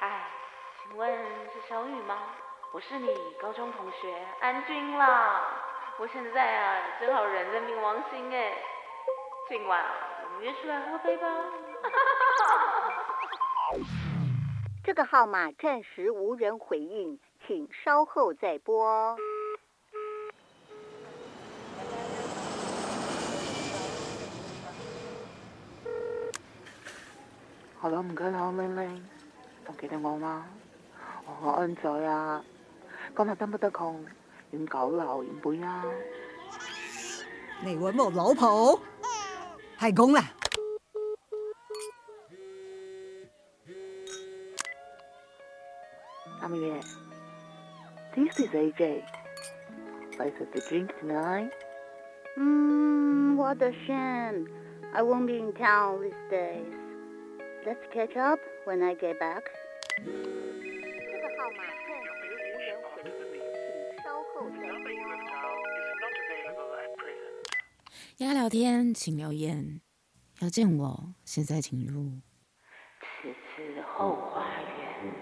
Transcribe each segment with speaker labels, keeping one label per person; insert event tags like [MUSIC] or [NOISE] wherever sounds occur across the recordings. Speaker 1: 哎请问是小雨吗？我是你高中同学安君啦。我现在啊，正好人在冥王星哎。今晚啊我们约出来喝杯吧。 [LAUGHS]
Speaker 2: 这个号码暂时无人回应，请稍后再拨。哦
Speaker 3: 好啦，唔該啦，玲玲，仲記得我嗎？我安仔啊，今日得唔得空？遠九樓原本啊，
Speaker 4: 你揾我老婆，係咁啦。
Speaker 3: 阿月，This is AJ. Let's have a drink tonight.
Speaker 2: 嗯，What a shame. I won't be in town these days. Let's catch up when I get back. 这个号码暂时无人回应，请稍后再拨。哦
Speaker 5: 要聊天请留言，要见我现在请入。
Speaker 1: 此次后花园。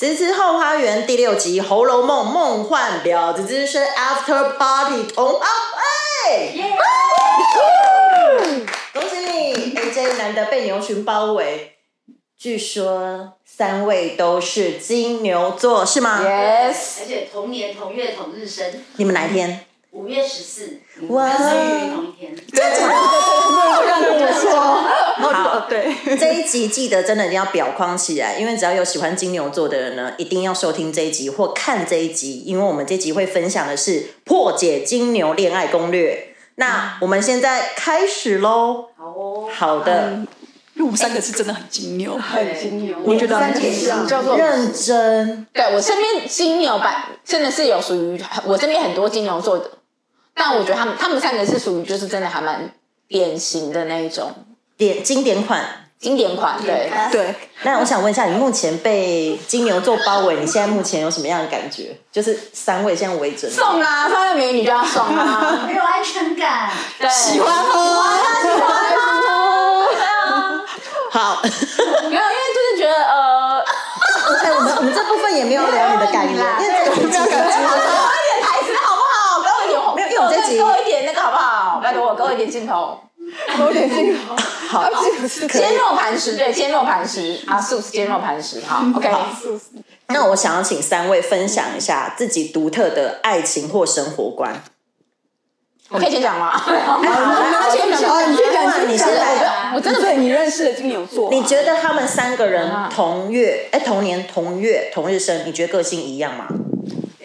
Speaker 6: 《辞职后花园》第六集《红楼梦》梦幻婊子之声 After Party 同奥哎，恭喜你，AJ 难得被牛群包围。据说三位都是金牛座，是吗
Speaker 7: 而且同年同月同日生，
Speaker 6: 你们哪一天？
Speaker 7: 五月十四，
Speaker 6: 哇
Speaker 7: 跟孙玉同一天。
Speaker 6: 好，对，这一集记得真的一定要表框起来，因为只要有喜欢金牛座的人呢，一定要收听这一集或看这一集，因为我们这集会分享的是破解金牛恋爱攻略。那我们现在开始喽。
Speaker 7: 好哦，
Speaker 6: 好的，
Speaker 8: 因为我们三个是真的很金牛，
Speaker 7: 很金牛，
Speaker 8: 我觉得很
Speaker 9: 三是叫做
Speaker 6: 认真，
Speaker 9: 对嗯我身边金牛吧，真的是有属于我身边很多金牛座的，但我觉得他们他们三个是属于就是真的还蛮典型的那一种
Speaker 6: 典经典款。
Speaker 9: 经典款，对，
Speaker 8: 对，
Speaker 6: 那我想问一下，你目前被金牛座包围，你现在目前有什么样的感觉？就是三位现在围着你，
Speaker 9: 送啊，三位美女就要送 [LAUGHS] 啊，
Speaker 7: 没有安全感。
Speaker 9: 对，喜
Speaker 8: 欢
Speaker 6: 好，
Speaker 9: 没有，因为就是觉得呃，
Speaker 6: 哎，我们我们这部分也没有聊你的感言，因为这个没有感觉。
Speaker 9: 多一点台词好不好？给我一点红，
Speaker 6: 没有因为我这集
Speaker 9: 给我一点那个好不好？拜托我，给我一点镜头。啊
Speaker 8: 有点金
Speaker 9: [LAUGHS]
Speaker 8: 牛。
Speaker 6: 好，
Speaker 9: 坚若磐石，对，坚若磐石啊，素是坚若磐石，好，OK，
Speaker 6: 那我想要请三位分享一下自己独特的爱情或生活观。
Speaker 9: 我可以先讲吗？
Speaker 6: 哦
Speaker 9: 他先讲，
Speaker 8: 哦，你去讲，
Speaker 6: 你
Speaker 8: 去讲
Speaker 6: 先来。
Speaker 9: 我真的
Speaker 8: 对你认识的金牛座，
Speaker 6: 你觉得他们三个人同月，哎、同年同月同日生，你觉得个性一样吗？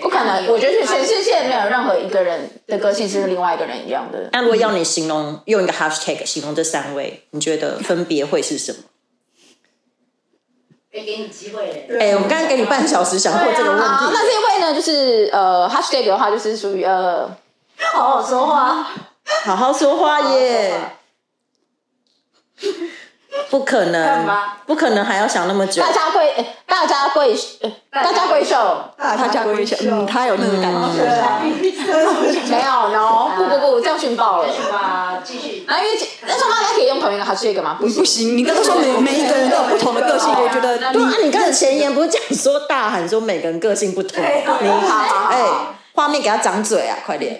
Speaker 9: 不可能，啊我觉得全世界没有任何一个人的个性是跟另外一个人一样的。
Speaker 6: 那如果要你形容用一个 hashtag 形容这三位，你觉得分别会是什么？
Speaker 7: 没给你机会了。
Speaker 6: 哎、我们刚才给你半小时想过这个问题，
Speaker 9: 好，那这一位呢，就是呃，hashtag 的话，就是属于呃，
Speaker 7: 好好说话，
Speaker 6: 好啊好说话耶。不可
Speaker 7: 干
Speaker 9: 嗯
Speaker 6: 能
Speaker 7: 嘛，
Speaker 6: 不可能还要想那么久
Speaker 9: 大。家贵，哎大家贵，哎大家贵寿，
Speaker 8: 大家闺秀，嗯，他有那个感觉，
Speaker 9: 没有，no，不不不，这样殉爆了。
Speaker 7: 是吧？继续。
Speaker 9: 啊 [LAUGHS] 那因为那时候大家可以用同一个 hashtag 吗？不
Speaker 8: 不行，你刚刚说每每一个人都有不同的个性，我觉得
Speaker 9: 那
Speaker 6: 对啊，你刚才前言不是讲说大喊说每个人个性不同，你哎，画面给他长嘴啊，快点！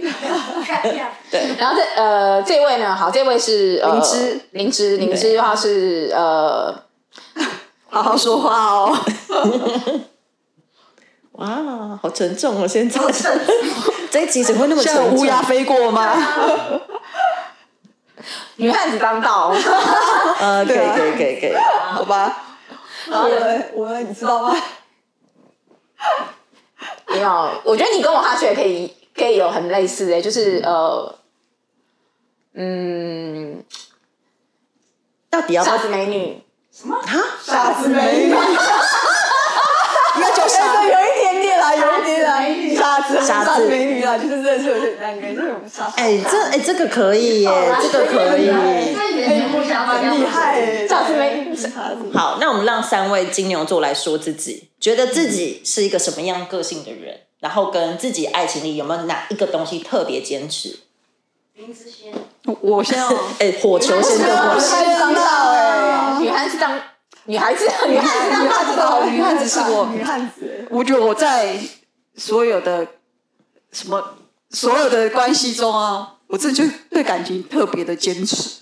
Speaker 9: 然后这呃这位呢，好，这位是呃
Speaker 8: 灵芝，
Speaker 9: 灵芝，灵芝的话是呃，
Speaker 8: 好好说话哦。
Speaker 6: 哇，好沉重哦，现在 [LAUGHS] 这一集怎么会那么沉
Speaker 8: 像乌
Speaker 6: 重？
Speaker 8: 鸦飞过吗？
Speaker 9: [LAUGHS] 女汉子当道。
Speaker 6: 呃，可以
Speaker 8: 对啊
Speaker 6: 可以可以可以，
Speaker 8: 好吧，我我你知道吗？
Speaker 9: 没有，我觉得你跟我哈学可以可以有很类似的、就是呃，嗯，
Speaker 6: 到底要不
Speaker 9: 傻
Speaker 6: 要？
Speaker 9: 子美女，
Speaker 8: 傻子美女，应该叫哎傻，有一点点啦，有一点点傻子
Speaker 6: 傻子
Speaker 8: 傻子美女啦，就是认识有两个人就是我们傻傻
Speaker 6: 哎，这哎这个可以耶，这个可
Speaker 7: [LAUGHS]
Speaker 6: 以。
Speaker 7: 那你的节目想怎
Speaker 9: 哎
Speaker 7: 样？
Speaker 8: 厉害耶，
Speaker 9: 傻子美女，
Speaker 6: 好，那我们让三位金牛座来说自己，觉得自己是一个什么样个性的人，然后跟自己爱情里有没有哪一个东西特别坚持？
Speaker 7: 林志轩，
Speaker 10: [LAUGHS]
Speaker 8: 我先哦，
Speaker 6: 哎、火球先
Speaker 9: 女
Speaker 6: 生，
Speaker 9: 哎汉子当道哎，女汉子当女孩子，女孩子，
Speaker 8: 女汉子的
Speaker 10: 哦女汉子是我
Speaker 8: 女汉子。
Speaker 10: 我觉得我在所有的什么所有的关系中啊，我这就对感情特别的坚持。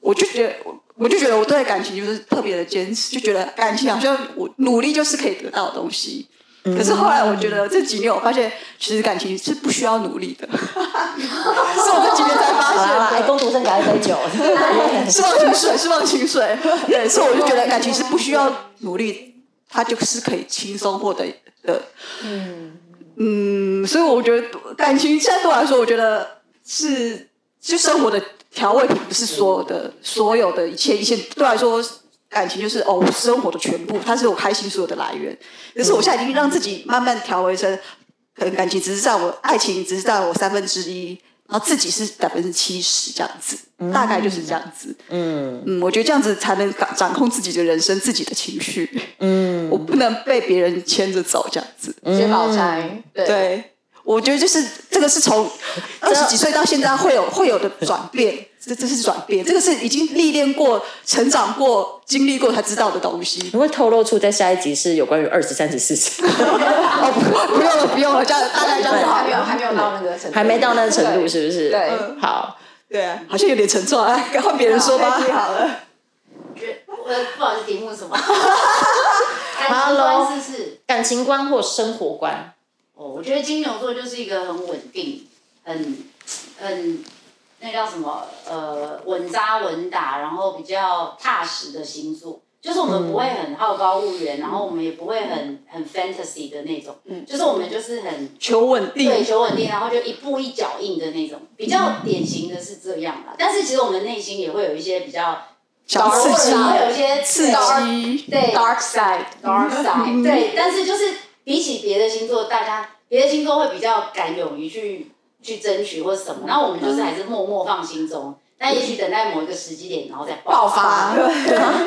Speaker 10: 我就觉得，我我就觉得我对感情就是特别的坚持，就觉得感情好像我努力就是可以得到的东西。可是后来我觉得这几年我发现，其实感情是不需要努力的，是我这几年才发
Speaker 6: 好
Speaker 10: 现
Speaker 6: [LAUGHS] 啦，哎，
Speaker 10: 的。
Speaker 6: 工读生给他一杯酒。 [LAUGHS]
Speaker 10: [LAUGHS] 是忘情水，是忘情水。 [LAUGHS] 对，所以我就觉得感情是不需要努力，它就是可以轻松获得的。嗯嗯，所以我觉得感情现在对我来说，我觉得是就生活的调味品，不是所有的所有的一切一切对我来说。感情就是哦，我生活的全部，它是我开心所有的来源。可是我现在已经让自己慢慢调回成，可能感情只是占我爱情只是占我三分之一，然后自己是百分之七十这样子，大概就是这样子。
Speaker 6: 嗯
Speaker 10: 嗯，我觉得这样子才能掌掌控自己的人生、自己的情绪。
Speaker 6: 嗯，
Speaker 10: 我不能被别人牵着走，这样子。
Speaker 9: 薛宝钗，对，
Speaker 10: 对，我觉得就是这个是从二十几岁到现在会有会有的转变，这这是转变，这个是已经历练过、成长过、经历过才知道的东西。
Speaker 6: 你会透露出在下一集是有关于二十三十四十，
Speaker 10: 哦，不不用了，不用了，这样大概这样就好
Speaker 9: 还。没有还没有到那个程度，
Speaker 6: 还没到那个程度，是不是？
Speaker 9: 对，
Speaker 6: 好，
Speaker 10: 对啊，好像有点沉重，
Speaker 8: [LAUGHS]
Speaker 10: 哎，该换别人说吧。好了，
Speaker 7: 呃，不好意思，题目是
Speaker 9: [LAUGHS]
Speaker 7: 什么？感情观是是，
Speaker 6: 感情观或生活观，
Speaker 7: 哦，我觉得金牛座就是一个很稳定，很很那叫什么呃稳扎稳打，然后比较踏实的星座。就是我们不会很好高骛远，然后我们也不会很很 fantasy 的那种，
Speaker 10: 嗯
Speaker 7: 就是我们就是很
Speaker 10: 求稳定。
Speaker 7: 对，求稳定，然后就一步一脚印的那种，比较典型的是这样啦。但是其实我们内心也会有一些比较
Speaker 10: 小刺激
Speaker 7: 偶尔会有一些
Speaker 10: 刺激，
Speaker 7: 对
Speaker 9: dark side，
Speaker 7: dark
Speaker 9: [LAUGHS]
Speaker 7: side，对。但是就是比起别的星座，大家别的星座会比较敢勇于去去争取或什么，那我们就是还是默默放心中。但也许等待某一个时机点，然后再
Speaker 9: 爆发，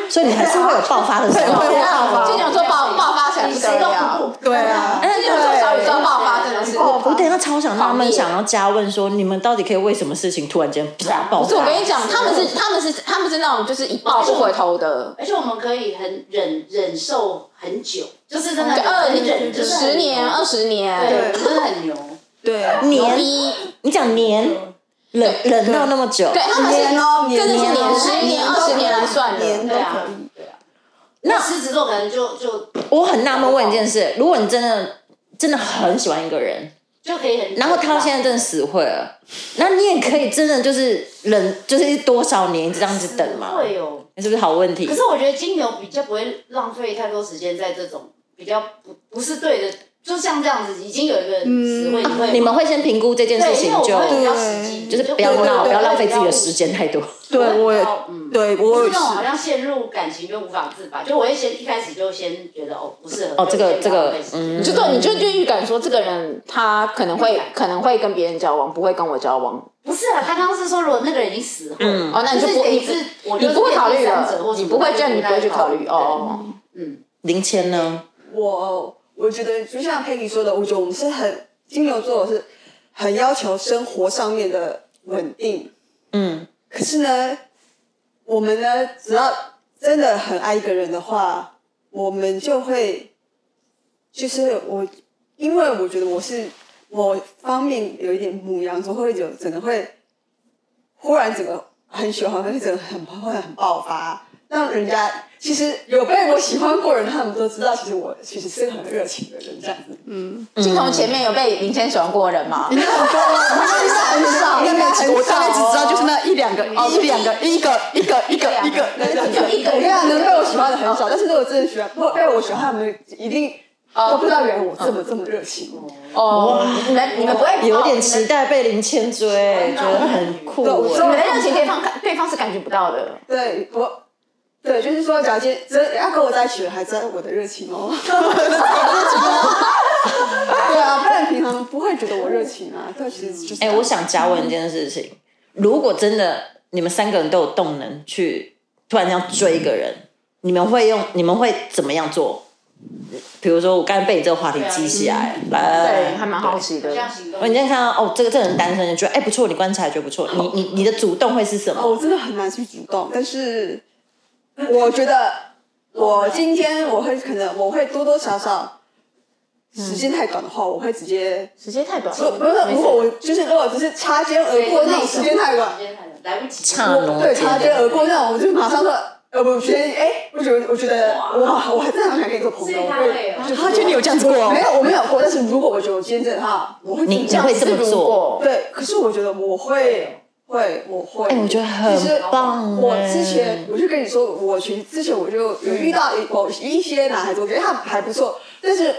Speaker 6: 所以你还是会有爆发的时候。
Speaker 10: 会爆发
Speaker 9: 金牛座爆爆发才
Speaker 7: 你
Speaker 9: 不
Speaker 7: 谁
Speaker 9: 得
Speaker 7: 都
Speaker 9: 了，
Speaker 7: 不顾，
Speaker 10: 对啊，
Speaker 9: 金牛座小宇宙爆发真的是。
Speaker 6: 哎我等一下超想他们想要加问说，你们到底可以为什么事情突然间啪爆
Speaker 9: 不是我
Speaker 6: 发？
Speaker 9: 跟你讲，他们是他们是他们是那种就是一爆不回头的，
Speaker 7: 而且我们可以很忍忍受很久，就是真的
Speaker 9: 就二
Speaker 7: 很忍，就是很
Speaker 9: 十年
Speaker 7: 牛
Speaker 9: 二十年，
Speaker 7: 对，真的很牛。
Speaker 10: 对，
Speaker 9: 牛
Speaker 6: 年，
Speaker 9: 逼，
Speaker 6: 你讲年，忍忍到那么久，
Speaker 9: 对他们是
Speaker 8: 年哦
Speaker 9: 真的是
Speaker 8: 年
Speaker 9: 年
Speaker 8: 哦
Speaker 9: 十年二十年来算的，
Speaker 8: 年
Speaker 7: 对啊，对啊。那狮子座可能就就
Speaker 6: 我很纳闷问一件事：如果你真的真的很喜欢一个人，
Speaker 7: 就可以很，
Speaker 6: 然后他现在真的死会了，那你也可以真的就是忍，就是多少年一直这样子等嘛？
Speaker 7: 会哦有。
Speaker 6: 是不是好问题
Speaker 7: 可？是我觉得金牛比较不会浪费太多时间在这种比较不不是对的，就像这样子，已经有一个词汇，你会
Speaker 6: 嗯你们会先评估这件事
Speaker 7: 对，因
Speaker 6: 情
Speaker 7: 为我
Speaker 6: 就
Speaker 7: 们会比较实际，
Speaker 6: 就是不要
Speaker 7: 会
Speaker 6: 闹，
Speaker 7: 比
Speaker 6: 不要
Speaker 7: 较
Speaker 6: 浪费自己的时。间太多。
Speaker 10: 对我也
Speaker 7: 我嗯，
Speaker 10: 对
Speaker 7: 就
Speaker 10: 我
Speaker 7: 是
Speaker 10: 也
Speaker 7: 那种好
Speaker 10: 是。
Speaker 7: 像陷入感情就无法自拔，就我会先一开始就先觉得哦不适合
Speaker 6: 哦这个这个
Speaker 7: 嗯
Speaker 6: 嗯
Speaker 9: 你就对，你就就预感说这个人他可能会可能会跟别人交往，不会跟我交往，
Speaker 7: 不是啊，刚刚是说如果那个人已经死后，
Speaker 6: 嗯
Speaker 9: 哦，那你就不
Speaker 7: 就是
Speaker 9: 你
Speaker 7: 等于是我
Speaker 9: 你
Speaker 7: 就
Speaker 9: 不会
Speaker 7: 是
Speaker 9: 考虑
Speaker 7: 第三者
Speaker 9: 了
Speaker 7: 或，什
Speaker 9: 你
Speaker 7: 么
Speaker 9: 不会
Speaker 7: 就
Speaker 9: 这样，
Speaker 7: 是
Speaker 9: 你不会去
Speaker 7: 在考
Speaker 9: 考
Speaker 7: 虑
Speaker 9: 虑哦。
Speaker 7: 嗯，
Speaker 6: 林谦呢？
Speaker 8: 我我觉得就像 Peggy 说的，我觉得我们是很金牛座是很要求生活上面的稳定，
Speaker 6: 嗯，
Speaker 8: 可是呢，我们呢，只要真的很爱一个人的话，我们就会，就是我，因为我觉得我是某方面有一点母羊座，会有整个会，忽然整个很喜欢，会整个很会很爆发，让人家其实有被我喜欢过的人，他们都知道，其实我其实是个很热情的人，这样子。
Speaker 9: 金童前面有被林谦喜欢过的人吗？
Speaker 8: 很少，应该很少。
Speaker 10: 我大概只知道就是那一两个，一两个，一个，一个，一个，一个，
Speaker 8: 就一个人能被我喜欢的很少，但是如果真的喜欢，不被我喜欢，他们一定呃都不知道原来我这么这么热情。
Speaker 9: 哦，你们你们不会
Speaker 6: 有点期待被林谦追，觉得很酷
Speaker 8: 对，我
Speaker 6: 欸。
Speaker 8: 说
Speaker 9: 你们的热情对方感对方是感觉不到的，
Speaker 8: 对我，对，就是说，假如今天真要跟我在一起了，还知道我的热情哦，对啊，不然平常不会觉得我热情啊。但其实就是，
Speaker 6: 哎、我想加问一件事情：如果真的你们三个人都有动能去突然这样追一个人，你们会用你们会怎么样做？比如说，我刚才被你这个话题激起来，
Speaker 7: 嗯
Speaker 6: 来来来
Speaker 9: 对，还蛮好奇的
Speaker 7: 这。样行动
Speaker 6: 我。你今天看到哦，这个这个人单身，你觉得哎、不错，你观察也觉得不错，你你
Speaker 9: 哦
Speaker 6: 你的主动会是什么？
Speaker 8: 哦，我真的很难去主动，但是我觉得我今天我会可能我会多多少少，时间太短的话，我会直接
Speaker 9: 时间太短
Speaker 8: 不不是，如果我就是如果只是擦肩而过那种时间太短，
Speaker 7: 来不及，
Speaker 6: 差浓
Speaker 8: 对擦肩而过那种，我就马上说。呃，我觉得，哎，我觉得，我觉得，哇，我还真的想跟你做朋友，
Speaker 7: 所以他
Speaker 8: 我
Speaker 7: 会有
Speaker 8: 就
Speaker 10: 他真的有这样子过哦
Speaker 8: 没有，我没有过。但是如果我觉得我今天真的哈，我会
Speaker 6: 你
Speaker 8: 这样
Speaker 6: 你会这么
Speaker 8: 子
Speaker 6: 做
Speaker 8: 如果对，可是我觉得我会，会，我会。
Speaker 6: 哎我觉得很
Speaker 8: 其实
Speaker 6: 棒
Speaker 8: 我
Speaker 6: 哎
Speaker 8: 之前我就跟你说，我其实之前我就有遇到某一些男孩子，我觉得他还不错，但是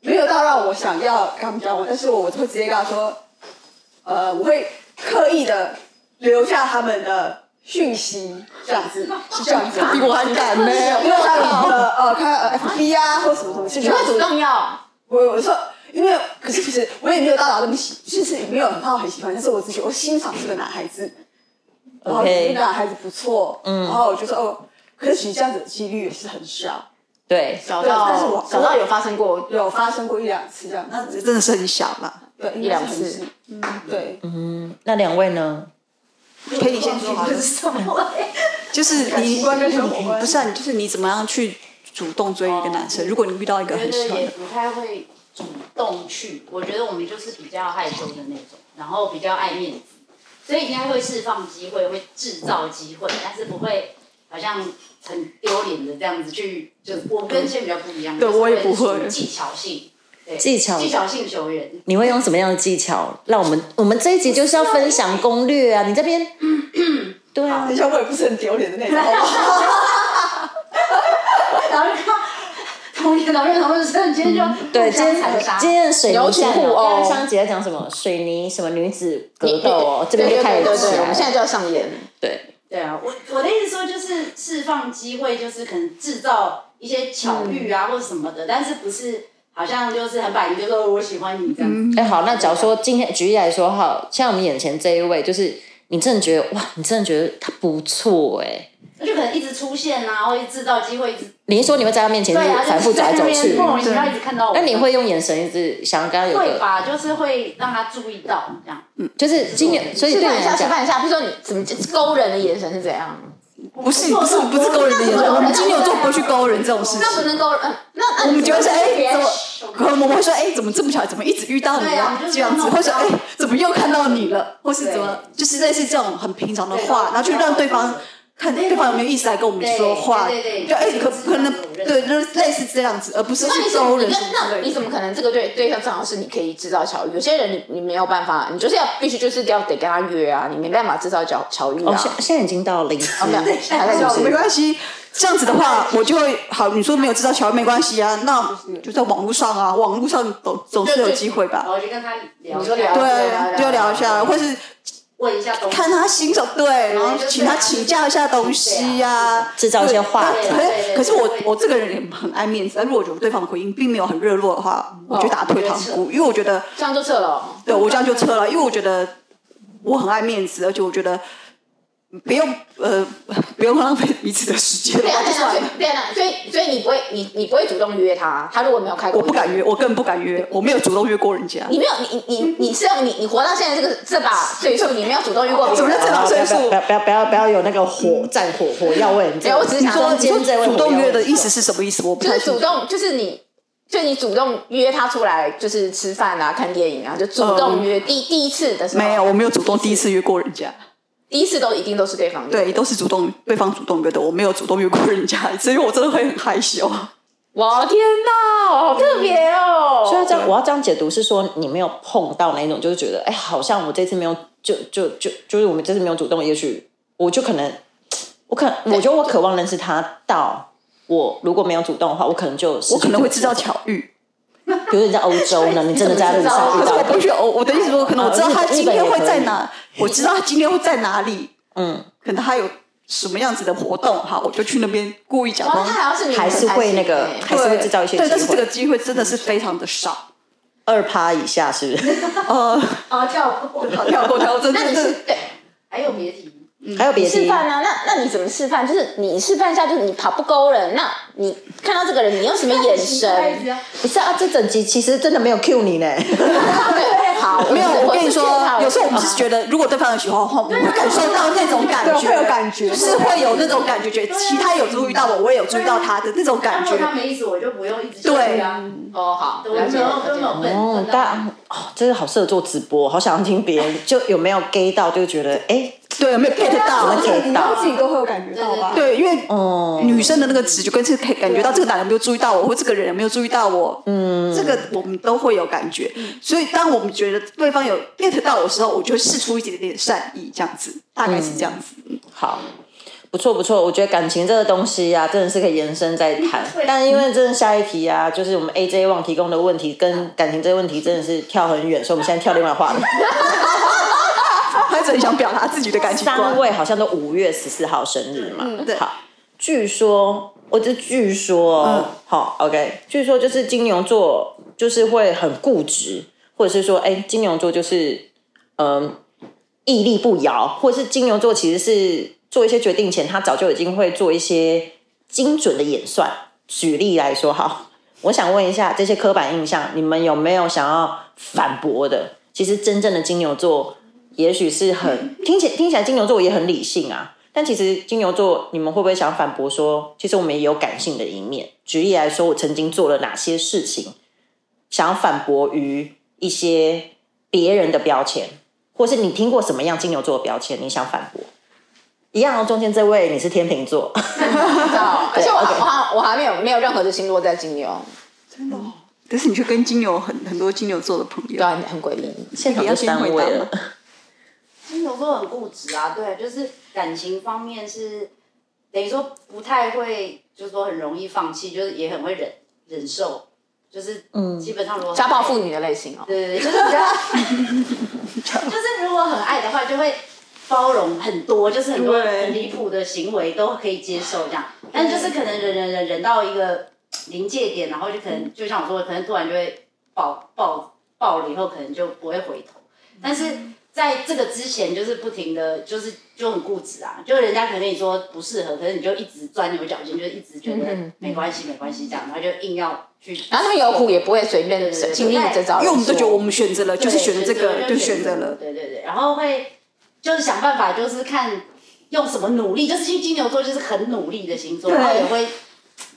Speaker 8: 没有到让我想要跟他们交往，但是我会直接跟他说，呃，我会刻意的留下他们的讯息，这样子是这样子，
Speaker 10: 比我还敢呢
Speaker 8: 因为他们的呃，看呃 FB 啊或什么什么，是
Speaker 9: 你
Speaker 8: 这样
Speaker 9: 会
Speaker 8: 子
Speaker 9: 主。动要？
Speaker 8: 我我说，因为可是其实我也没有到达那么喜，就是没有到很喜欢，但是我自己我欣赏这个男孩子，然后
Speaker 6: OK
Speaker 8: 觉得男孩子不错，
Speaker 6: 嗯
Speaker 8: 然后我就说哦，可是其实这样子的几率也是很小，
Speaker 6: 对，
Speaker 9: 小
Speaker 8: 但是
Speaker 9: 到
Speaker 8: 我
Speaker 9: 小到有发生过
Speaker 8: 有发生过一两次这样子，
Speaker 10: 真的是很小啦。
Speaker 8: 对
Speaker 9: 一两，
Speaker 8: 应该是
Speaker 9: 次
Speaker 8: 很，
Speaker 10: 嗯
Speaker 8: 少对，
Speaker 6: 嗯，那两位呢？
Speaker 10: 陪你先去，就是你
Speaker 8: 感情观
Speaker 10: 不是啊，你就是你怎么样去主动追一个男
Speaker 8: 哦
Speaker 10: 生？如果你遇到一个
Speaker 7: 我觉
Speaker 10: 很喜
Speaker 7: 得
Speaker 10: 欢
Speaker 7: 也
Speaker 10: 的，
Speaker 7: 不太会主动去。我觉得我们就是比较害羞的那种，然后比较爱面子，所以应该会释放机会，会制造机会，但是不会好像很丢脸的这样子去。就我跟现在比较不一样，
Speaker 10: 对
Speaker 7: 就是
Speaker 10: 我也不会
Speaker 7: 属于技巧性，对
Speaker 6: 技巧
Speaker 7: 技巧性球员。
Speaker 6: 你会用什么样的技巧？让我们我们这一集就是要分享攻略啊！你这边，
Speaker 9: 嗯
Speaker 6: 对啊
Speaker 8: 等一，下我也不是很丢脸的那种，好不好
Speaker 7: 然后就看到同年老院同事，真的今天
Speaker 10: 嗯
Speaker 7: 就
Speaker 6: 对，
Speaker 7: 互
Speaker 6: 今
Speaker 7: 相
Speaker 6: 天
Speaker 7: 残杀
Speaker 6: 今天的水泥
Speaker 9: 有
Speaker 6: 战
Speaker 9: 请互
Speaker 6: 哦，
Speaker 9: 殴
Speaker 6: 刚刚香姐在讲什么水泥什么女子格斗哦，这边
Speaker 9: 对
Speaker 6: 就
Speaker 9: 对
Speaker 6: 开
Speaker 9: 对
Speaker 6: 始
Speaker 9: 对
Speaker 6: 起
Speaker 9: 对，我们现
Speaker 6: 来了，
Speaker 9: 在就要上演。
Speaker 6: 对，
Speaker 7: 对啊，我我的意思说就是释放机会，就是可能制造一些巧遇
Speaker 10: 嗯
Speaker 7: 啊、或什么的，但是不是好像就是很摆明就说我喜欢你这
Speaker 10: 嗯
Speaker 7: 样。
Speaker 6: 哎，好，那假如说今天举例来说，好像我们眼前这一位，就是你真的觉得哇，你真的觉得他不错哎，
Speaker 7: 那就可能一直出现啊，或者制造机会，一直
Speaker 6: 你一说你会在他面前
Speaker 7: 对
Speaker 6: 就是
Speaker 7: 啊，
Speaker 6: 反复
Speaker 7: 就
Speaker 6: 走
Speaker 7: 是
Speaker 6: 来
Speaker 7: 在那
Speaker 6: 走
Speaker 7: 边
Speaker 6: 去，
Speaker 7: 莫名其妙一直看到我。
Speaker 6: 那你会用眼神一直想要跟他有
Speaker 7: 会
Speaker 6: 个，
Speaker 7: 吧？就是会让他注意到这样。
Speaker 6: 就是今年，所以
Speaker 9: 示
Speaker 6: 对
Speaker 9: 范一
Speaker 6: 你
Speaker 9: 下，
Speaker 6: 来
Speaker 9: 示
Speaker 6: 讲，
Speaker 9: 范一下，比如说你怎么勾人的眼神是怎样？
Speaker 10: 哦不是不是不是勾人的眼神，我们金牛座不会去勾人这种事
Speaker 9: 那不
Speaker 10: 情。
Speaker 9: 能勾人，嗯那那
Speaker 10: 我们
Speaker 9: 你
Speaker 10: 觉得是
Speaker 9: 怎么区别
Speaker 10: 哎，怎么？可能我们会说，哎，怎么这么巧？怎么一直遇到你
Speaker 7: 对啊我？
Speaker 10: 啊
Speaker 7: 们就是
Speaker 10: 这样子，
Speaker 7: 弄
Speaker 10: 或者说，
Speaker 7: 到
Speaker 10: 哎，怎么又看到你了？或是
Speaker 7: 对
Speaker 10: 怎么，就是类似这种很平常的
Speaker 7: 对
Speaker 10: 话，然后去让对方看对方有没有意思来跟我们说话。
Speaker 7: 对对对
Speaker 10: 就哎，
Speaker 7: 对
Speaker 10: 可
Speaker 7: 对
Speaker 10: 可能
Speaker 7: 对
Speaker 10: 对，就是类似这样子，而不是
Speaker 9: 那你
Speaker 10: 去
Speaker 9: 怎么
Speaker 10: 勾
Speaker 9: 你
Speaker 10: 人
Speaker 9: 跟
Speaker 10: 什么之
Speaker 9: 那
Speaker 10: 类的
Speaker 9: 你怎么可能这个对对象正好是你可以制造巧遇？有些人你你没有办法，你就是要必须就是要得跟他约啊，你没办法制造巧巧遇
Speaker 6: 哦，
Speaker 9: 啊。
Speaker 6: 现现在已经到零时
Speaker 9: 哦，没有，还在
Speaker 10: 没
Speaker 9: 就是
Speaker 10: 关系，这样子的话，我就会好。你说没有知道桥没关系啊，那就在网络上啊，网络上总总是有机会
Speaker 7: 然
Speaker 10: 吧？
Speaker 7: 后就跟他聊，
Speaker 9: 你说聊
Speaker 10: 对
Speaker 9: 对，
Speaker 10: 就聊一下，或是
Speaker 7: 啊问一下东西，
Speaker 10: 看他新手对，然后请他请教一下东西啊呀。
Speaker 6: 制造一些话
Speaker 10: 对
Speaker 6: 题
Speaker 10: 可。
Speaker 7: 对
Speaker 10: 是可是我我这个人也很爱面子，但如果我觉得对方的回应并没有很热络的话，我就打退堂鼓，因为我觉得
Speaker 9: 这样就撤了哦。
Speaker 10: 对我这样就撤了，因为我觉得我很爱面子，而且我觉得不用呃不用浪费彼此的时间，
Speaker 9: 对啊，
Speaker 10: 就
Speaker 9: 对
Speaker 10: 算
Speaker 9: 啊
Speaker 10: 了。，
Speaker 9: 对啊，所以所以你不会，你你不会主动约他，啊他如果没有开口，
Speaker 10: 我不敢约，我更不敢约，我没有主动约过人家。
Speaker 9: 你没有，你你你你是用你你活到现在这个这把岁数，你没有主动遇过别人。
Speaker 10: 怎么叫这把岁数
Speaker 6: 哦不要不要不要不要有那个火战火火药味。你知道
Speaker 9: 没有我只是
Speaker 6: 你
Speaker 9: 想
Speaker 6: 说
Speaker 9: 说
Speaker 10: 你说
Speaker 6: 今天这位
Speaker 10: 主动
Speaker 6: 火药
Speaker 10: 约
Speaker 6: 味
Speaker 10: 的意思是什么意思？我不
Speaker 9: 就
Speaker 10: 太
Speaker 9: 是
Speaker 10: 清
Speaker 9: 主
Speaker 10: 楚。
Speaker 9: 动，就是你，就你主动约他出来，就是吃饭啊、看电影啊，就主动约。第第一次的时候，
Speaker 10: 嗯没有，我没有主动第一次约过人家，
Speaker 9: 第一次都一定都是对方约
Speaker 10: 对，都是主动对方主动约的，我没有主动约过人家，所以我真的会很害羞。
Speaker 9: 我天哪，好特别哦！
Speaker 6: 所以这样，我要这样解读是说，你没有碰到那种，就是觉得，哎、好像我这次没有，就就就就是我们这次没有主动，也许我就可能，我可我觉得我渴望认识他，到我如果没有主动的话，我可能就
Speaker 10: 我可能会制造
Speaker 6: 巧。
Speaker 10: 巧遇，
Speaker 6: 比如你在欧洲呢，你真的在路上遇
Speaker 10: 可是
Speaker 6: 到
Speaker 10: 我
Speaker 6: 一个
Speaker 10: 不去欧。我的意思说，可能我知道他
Speaker 6: 啊日本
Speaker 10: 今天
Speaker 6: 日本也
Speaker 10: 会
Speaker 6: 可以
Speaker 10: 在哪，我知道他今天会在哪里，
Speaker 6: 嗯，
Speaker 10: 可能他有什么样子的活动，哈，我就去那边故意假
Speaker 9: 哇，
Speaker 10: 装
Speaker 6: 哦
Speaker 9: 他。还要是你
Speaker 6: 还是会那
Speaker 9: 欸
Speaker 6: 个，还是会制造一些
Speaker 10: 对，但
Speaker 6: 机
Speaker 10: 是这
Speaker 6: 会
Speaker 10: 个，机会真的是非常的少。
Speaker 6: [LAUGHS] 二趴以下是不是？
Speaker 10: 呃， [LAUGHS]
Speaker 7: 哦跳过，
Speaker 10: 好跳过跳过，真
Speaker 9: 那
Speaker 10: 的
Speaker 9: 你
Speaker 10: 是
Speaker 9: 是对
Speaker 7: 还有别提。
Speaker 10: 嗯
Speaker 6: 还有别
Speaker 9: 示
Speaker 6: 的
Speaker 9: 范啊？那那你怎么示范？就是你示范一下，就是你跑不勾人，那你看到这个人，你用什么眼神？
Speaker 6: 不是啊，这整集其实真的没有 Q 你呢。
Speaker 9: 对，好，我
Speaker 10: 没有，我跟你说
Speaker 9: 是见到，
Speaker 10: 有时候我们是觉得，如果对方有喜欢的话，我们会感受到那种感觉，
Speaker 8: 对会有感觉
Speaker 10: 是会有那种感觉，觉得其他有注意到我，我也有注意到他的那种感
Speaker 7: 如
Speaker 10: 觉
Speaker 7: 果。
Speaker 6: 啊
Speaker 7: 他没意思，我就不用一直
Speaker 10: 对
Speaker 7: 啊。
Speaker 9: 哦，好，
Speaker 7: 我
Speaker 9: 了解了
Speaker 7: 没
Speaker 9: 解
Speaker 7: 有根本
Speaker 6: [LAUGHS]
Speaker 7: 问
Speaker 6: 哦，但哦，真的好适合做直播，好想要听别人就有没有 gay 到，就觉得哎，
Speaker 10: 对，有没有
Speaker 8: 啊
Speaker 10: get 到
Speaker 6: 有没有 get 到？
Speaker 8: 自己都会有感觉到吧？
Speaker 10: 对，因为
Speaker 6: 哦，
Speaker 10: 女生的那个直觉跟是可以感觉到这个男人有没有注意到我，或这个人有没有注意到我，
Speaker 6: 嗯，
Speaker 10: 这个我们都会有感觉。
Speaker 8: 嗯
Speaker 10: 所以当我们觉得对方有 get 到我的时候，我就会试出一点点善意，这样子，大概是这样子。嗯
Speaker 6: 好，不错不错，我觉得感情这个东西啊，真的是可以延伸再
Speaker 10: [LAUGHS]
Speaker 6: 谈。但因为真的下一题啊，就是我们 AJ 望提供的问题跟感情这个问题真的是跳很远，所以我们现在跳另外话题。
Speaker 10: 他一直很想表达自己的感情观
Speaker 6: 三。位好像都五月十四号生日嘛，
Speaker 10: 对
Speaker 6: 好，据说，我这据说，
Speaker 10: 嗯
Speaker 6: 好，OK，据说就是金牛座就是会很固执，或者是说，哎、金牛座就是嗯屹立不摇，或者是金牛座其实是做一些决定前，他早就已经会做一些精准的演算。举例来说，好， [LAUGHS] 我想问一下，这些刻板印象，你们有没有想要反驳的？其实真正的金牛座，也许是 [LAUGHS] 很听起听起来金牛座也很理性啊，但其实金牛座，你们会不会想反驳说，其实我们也有感性的一面？举例来说，我曾经做了哪些事情，想要反驳于一些别人的标签，或是你听过什么样金牛座的标签，你想反驳？一样哦，中间这位你是天秤座，
Speaker 9: 知道。而且我
Speaker 6: OK
Speaker 9: 我还我还没有没有任何的星座在金牛，
Speaker 10: 但是你却跟金牛很很多金牛座的朋友，
Speaker 9: 对啊，很诡异。
Speaker 6: [LAUGHS] 现场
Speaker 10: 你
Speaker 6: 就
Speaker 10: 要先
Speaker 6: 三
Speaker 10: 回
Speaker 6: [LAUGHS] 位
Speaker 10: 答
Speaker 6: 了
Speaker 10: 吗。
Speaker 7: 金牛座很固执啊，对，就是感情方面是等于说不太会，就是说很容易放弃，就是也很会忍忍受，就是
Speaker 6: 嗯
Speaker 7: 基本上如果
Speaker 9: 家暴妇女的类型哦，
Speaker 7: 对对对，就是
Speaker 9: [LAUGHS]
Speaker 7: 比较，就是如果很爱的话，就会包容很多，就是很多
Speaker 10: 对
Speaker 7: 很离谱的行为都可以接受这样。但就是可能忍忍忍忍到一个临界点，然后就可能就像我说的，可能突然就会爆爆爆了以后，可能就不会回头。但是在这个之前，就是不停的，就是就很固执啊，就人家可能跟你说不适合，可是你就一直钻牛角尖，就一直觉得
Speaker 9: 嗯
Speaker 7: 没关系没关系这样，然后就硬要去。
Speaker 9: 然后他们有苦也不会随便轻易这招，
Speaker 10: 因为我们都觉得我们选择了，就是选择这个，
Speaker 7: 对
Speaker 10: 就选择了。
Speaker 7: 对对对，然后会就是想办法，就是看用什么努力，就是因为金牛座就是很努力的星座，
Speaker 10: 对
Speaker 7: 然后也会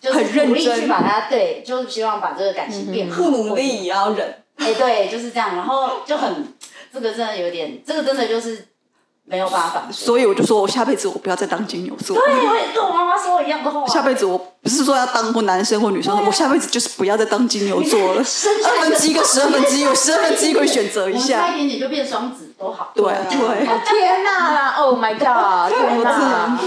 Speaker 7: 就是
Speaker 10: 很认
Speaker 7: 努力去
Speaker 10: 真
Speaker 7: 把它对，就是希望把这个感情变好。
Speaker 8: 不努力也要忍。
Speaker 7: 哎、对，就是这样，然后就很这个真的有点，这个真的就是没有办法反驳。
Speaker 10: 所以我就说，我下辈子我不要再当金牛座。
Speaker 8: 啊
Speaker 7: 对，我也跟我妈妈说一样的话。
Speaker 10: 下辈子我不是说要当过男生或女
Speaker 8: 啊
Speaker 10: 生，我下辈子就是不要再当金牛座了。
Speaker 7: 生下来
Speaker 10: 二分之一跟十二分之一，我十二分之一可以选择一
Speaker 7: 我们差
Speaker 8: [LAUGHS]
Speaker 10: 下。
Speaker 7: 一点点就变双子，多好。
Speaker 10: 对
Speaker 8: 啊
Speaker 10: 对，啊
Speaker 9: 天哪啦，Oh my god，天哪！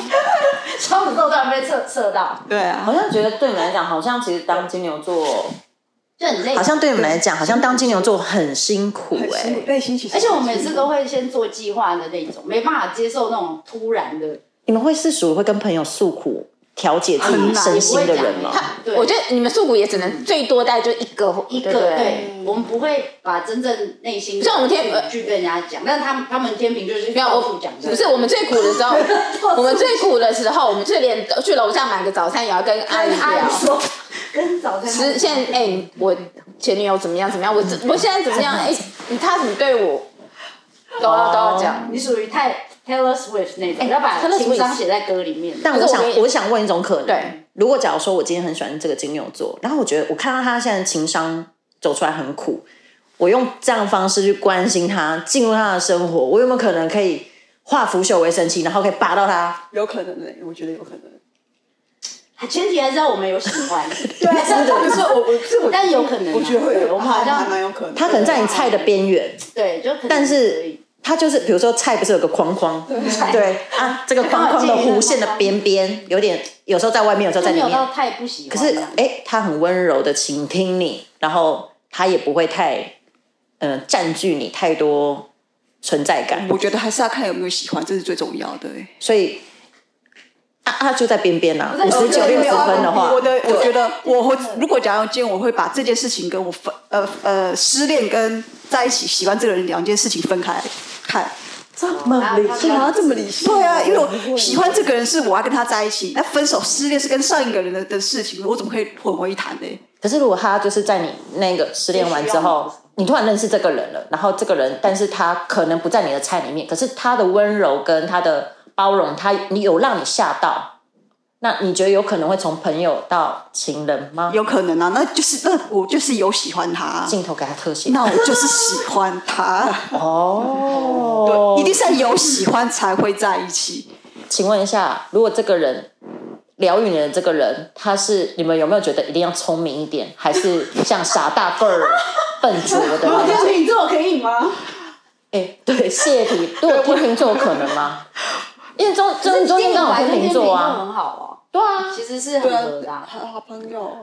Speaker 7: 双子座突然被测测到，
Speaker 10: 对啊
Speaker 6: 好，像觉得对你们来讲，好像其实当金牛座，
Speaker 7: 就很累。
Speaker 6: 好像对你们来讲，好像当金牛座很辛苦哎、
Speaker 8: 心里内心其实，
Speaker 7: 而且我每次都会先做计划的那种，没办法接受那种突然的。
Speaker 6: 你们会是属于会跟朋友诉苦、调节自己
Speaker 10: 很难
Speaker 6: 身心的人啊吗？
Speaker 7: 对，
Speaker 9: 我觉得你们素骨也只能最多带就一个或
Speaker 7: 一个
Speaker 9: 对不
Speaker 7: 对
Speaker 9: 对。
Speaker 7: 我们不会把真正内心
Speaker 9: 像我们天
Speaker 7: 去跟人家讲，但他们他们天平就是
Speaker 9: 没有，
Speaker 7: 到
Speaker 9: 我
Speaker 7: 处讲的，
Speaker 9: 不是我们最苦的时候，我们最苦的时候，我们是连去楼下买个早餐也要跟阿姨聊
Speaker 7: 阿姨。说跟早餐
Speaker 9: 是现在哎、我前女友怎么样怎么样，我我现在怎么样？哎、你她怎么对我，都要都要讲。
Speaker 7: 你属于太 Taylor Swift 那种，
Speaker 6: 哎
Speaker 7: 要把
Speaker 6: Taylor
Speaker 7: 情商
Speaker 6: Swift
Speaker 7: 写在歌里面。
Speaker 6: 但
Speaker 9: 可
Speaker 6: 我
Speaker 9: 是我
Speaker 6: 想
Speaker 9: 跟，你
Speaker 6: 我想问一种可能，
Speaker 9: 对，
Speaker 6: 如果假如说我今天很喜欢这个金牛座，然后我觉得我看到他现在情商走出来很苦，我用这样的方式去关心他，进入他的生活，我有没有可能可以化腐朽为神奇，然后可以拔到他？
Speaker 8: 有可能的，我觉得有可能。
Speaker 7: 前提还是要我们有喜欢，
Speaker 8: 对啊，
Speaker 7: [LAUGHS]
Speaker 8: 真的，就是我，我是我，
Speaker 7: 但有可能啊
Speaker 8: 我觉得会
Speaker 7: 对
Speaker 8: 有，
Speaker 7: 我们好
Speaker 8: 还
Speaker 7: 像
Speaker 8: 蛮有可能。
Speaker 6: 他可能在你菜的边缘，
Speaker 7: 对，就可能
Speaker 6: 但
Speaker 7: 可
Speaker 6: 是
Speaker 7: 以
Speaker 6: 他就是比如说菜不是有个框框，
Speaker 7: 对
Speaker 6: 对啊，这个框框的弧线的边边有点，有时候在外面，有时候在
Speaker 7: 就没
Speaker 6: 里面。
Speaker 7: 有到太不喜
Speaker 6: 可
Speaker 7: 欢啊
Speaker 6: 是
Speaker 7: 这样。
Speaker 6: 哎，他很温柔的倾听你，然后他也不会太呃占据你太多存在感，
Speaker 10: 我觉得还是要看有没有喜欢，这是最重要的。哎
Speaker 6: 所以啊啊就在边边呐、啊，五
Speaker 7: 不是
Speaker 6: 十九六十分的话
Speaker 10: 我，的我觉得我会，如果假如今天我会把这件事情跟我分呃呃失恋跟在一起喜欢这个人两件事情分开来看。
Speaker 6: 这么理
Speaker 7: 性
Speaker 8: 啊，这么理性。
Speaker 10: 对啊，因为我喜欢这个人是我要跟他在一起，那分手失恋是跟上一个人的的事情，我怎么可以混为一谈呢？
Speaker 6: 可是如果他就是在你那个失恋完之后，你突然认识这个人了，然后这个人，但是他可能不在你的菜里面，可是他的温柔跟他的包容，他你有让你吓到，那你觉得有可能会从朋友到情人吗？
Speaker 11: 有可能啊，那就是那我就是有喜欢他，
Speaker 6: 镜头给他特写，
Speaker 11: 那我就是喜欢他
Speaker 10: [LAUGHS]
Speaker 6: 哦，
Speaker 11: 对，一定是有喜欢才会在一起。
Speaker 6: 请问一下，如果这个人疗愈你的这个人，他是你们有没有觉得一定要聪明一点，还是像傻大个儿、笨拙的那种？
Speaker 11: 瓶座可以吗？
Speaker 6: 哎、对，谢题，对我天秤座可能吗？因为中中中间刚好天秤座
Speaker 7: 就
Speaker 6: 啊，
Speaker 7: 很好
Speaker 6: 对啊
Speaker 7: 哦，，其实是很合的啊、
Speaker 10: 好好朋友，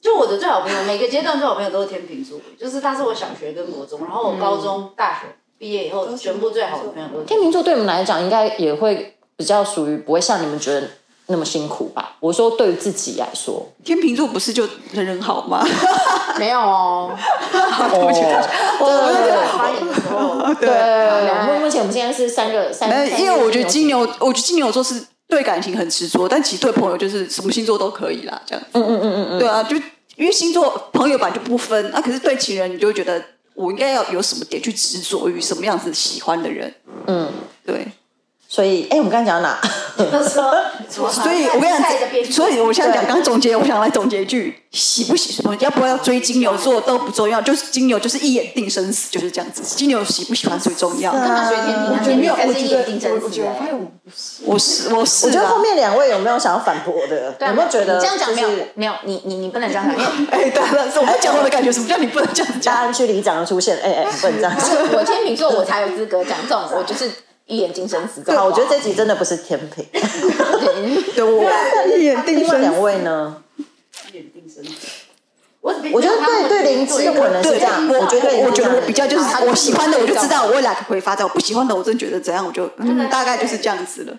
Speaker 7: 就我的最好朋友，每个阶段最好朋友都是天秤座，就是他是我小学跟国中，然后我高中、大学毕业以后，全部最好的朋友都是
Speaker 6: 天秤座对你们来讲应该也会比较属于不会像你们觉得那么辛苦吧？我说对于自己来说，
Speaker 11: 天秤座不是就人人好吗？
Speaker 9: 没有哦，
Speaker 11: [LAUGHS]
Speaker 6: 哦，
Speaker 7: 发言的时候，
Speaker 6: 对，目目前我们现在是三个三，
Speaker 11: 呃，
Speaker 6: 三
Speaker 11: 因为我觉得
Speaker 6: 个
Speaker 11: 金牛，我觉得金牛座是对感情很执着，但其实对朋友就是什么星座都可以啦，这样。
Speaker 6: 嗯嗯嗯嗯嗯，
Speaker 11: 对啊，就因为星座朋友本来就不分，那、可是对情人，你就会觉得我应该要有什么点去执着于什么样子喜欢的人。
Speaker 6: 嗯，
Speaker 11: 对，
Speaker 6: 所以哎，我们刚才讲到哪？
Speaker 7: 就是说，
Speaker 11: 所以我跟
Speaker 7: 菜的
Speaker 11: 你
Speaker 7: 边
Speaker 11: 讲，所以我现在讲刚总结，我想来总结一句：喜不喜什么，要不要追金牛座都不重要，就是金牛就是一眼定生死，就是这样子。金牛喜不喜欢最重要。
Speaker 6: 啊
Speaker 7: 跟大学天平，他
Speaker 10: 没有，
Speaker 7: 才
Speaker 10: 我
Speaker 7: 是一
Speaker 10: 觉
Speaker 7: 眼
Speaker 10: 得
Speaker 7: 定真
Speaker 10: 我
Speaker 7: 实
Speaker 10: 觉得我发
Speaker 7: 的。
Speaker 10: 现我
Speaker 11: 我是我是
Speaker 6: 我觉得
Speaker 11: 啦
Speaker 6: 后面两位有没有想要反驳的？
Speaker 9: 对啊
Speaker 6: 有没有觉得
Speaker 9: 你这样讲没
Speaker 6: 就
Speaker 9: 有
Speaker 6: 是
Speaker 9: 没有？你你你不能这样讲，因为
Speaker 11: 哎，对了，我们讲我的感觉，什么叫你不能这样子讲？
Speaker 6: 大安区里长的出现？哎哎，不能这样讲。
Speaker 9: 我天秤座，我才有资格讲这种，我就是一眼定生死这种
Speaker 6: 好，
Speaker 9: 话。
Speaker 6: 我觉得这集真的不是天平。
Speaker 11: 对我
Speaker 10: 一眼定
Speaker 6: 另外
Speaker 10: 生
Speaker 6: 两
Speaker 10: 死。
Speaker 6: 位呢？
Speaker 7: 我
Speaker 6: 我觉得对对灵芝可能是这样，
Speaker 11: 我
Speaker 6: 觉得
Speaker 11: 我觉得我比较就是
Speaker 9: 他
Speaker 11: 我喜欢的我就知道我未来会发展，我不喜欢的我真觉得怎样，我就嗯大概就是这样子了。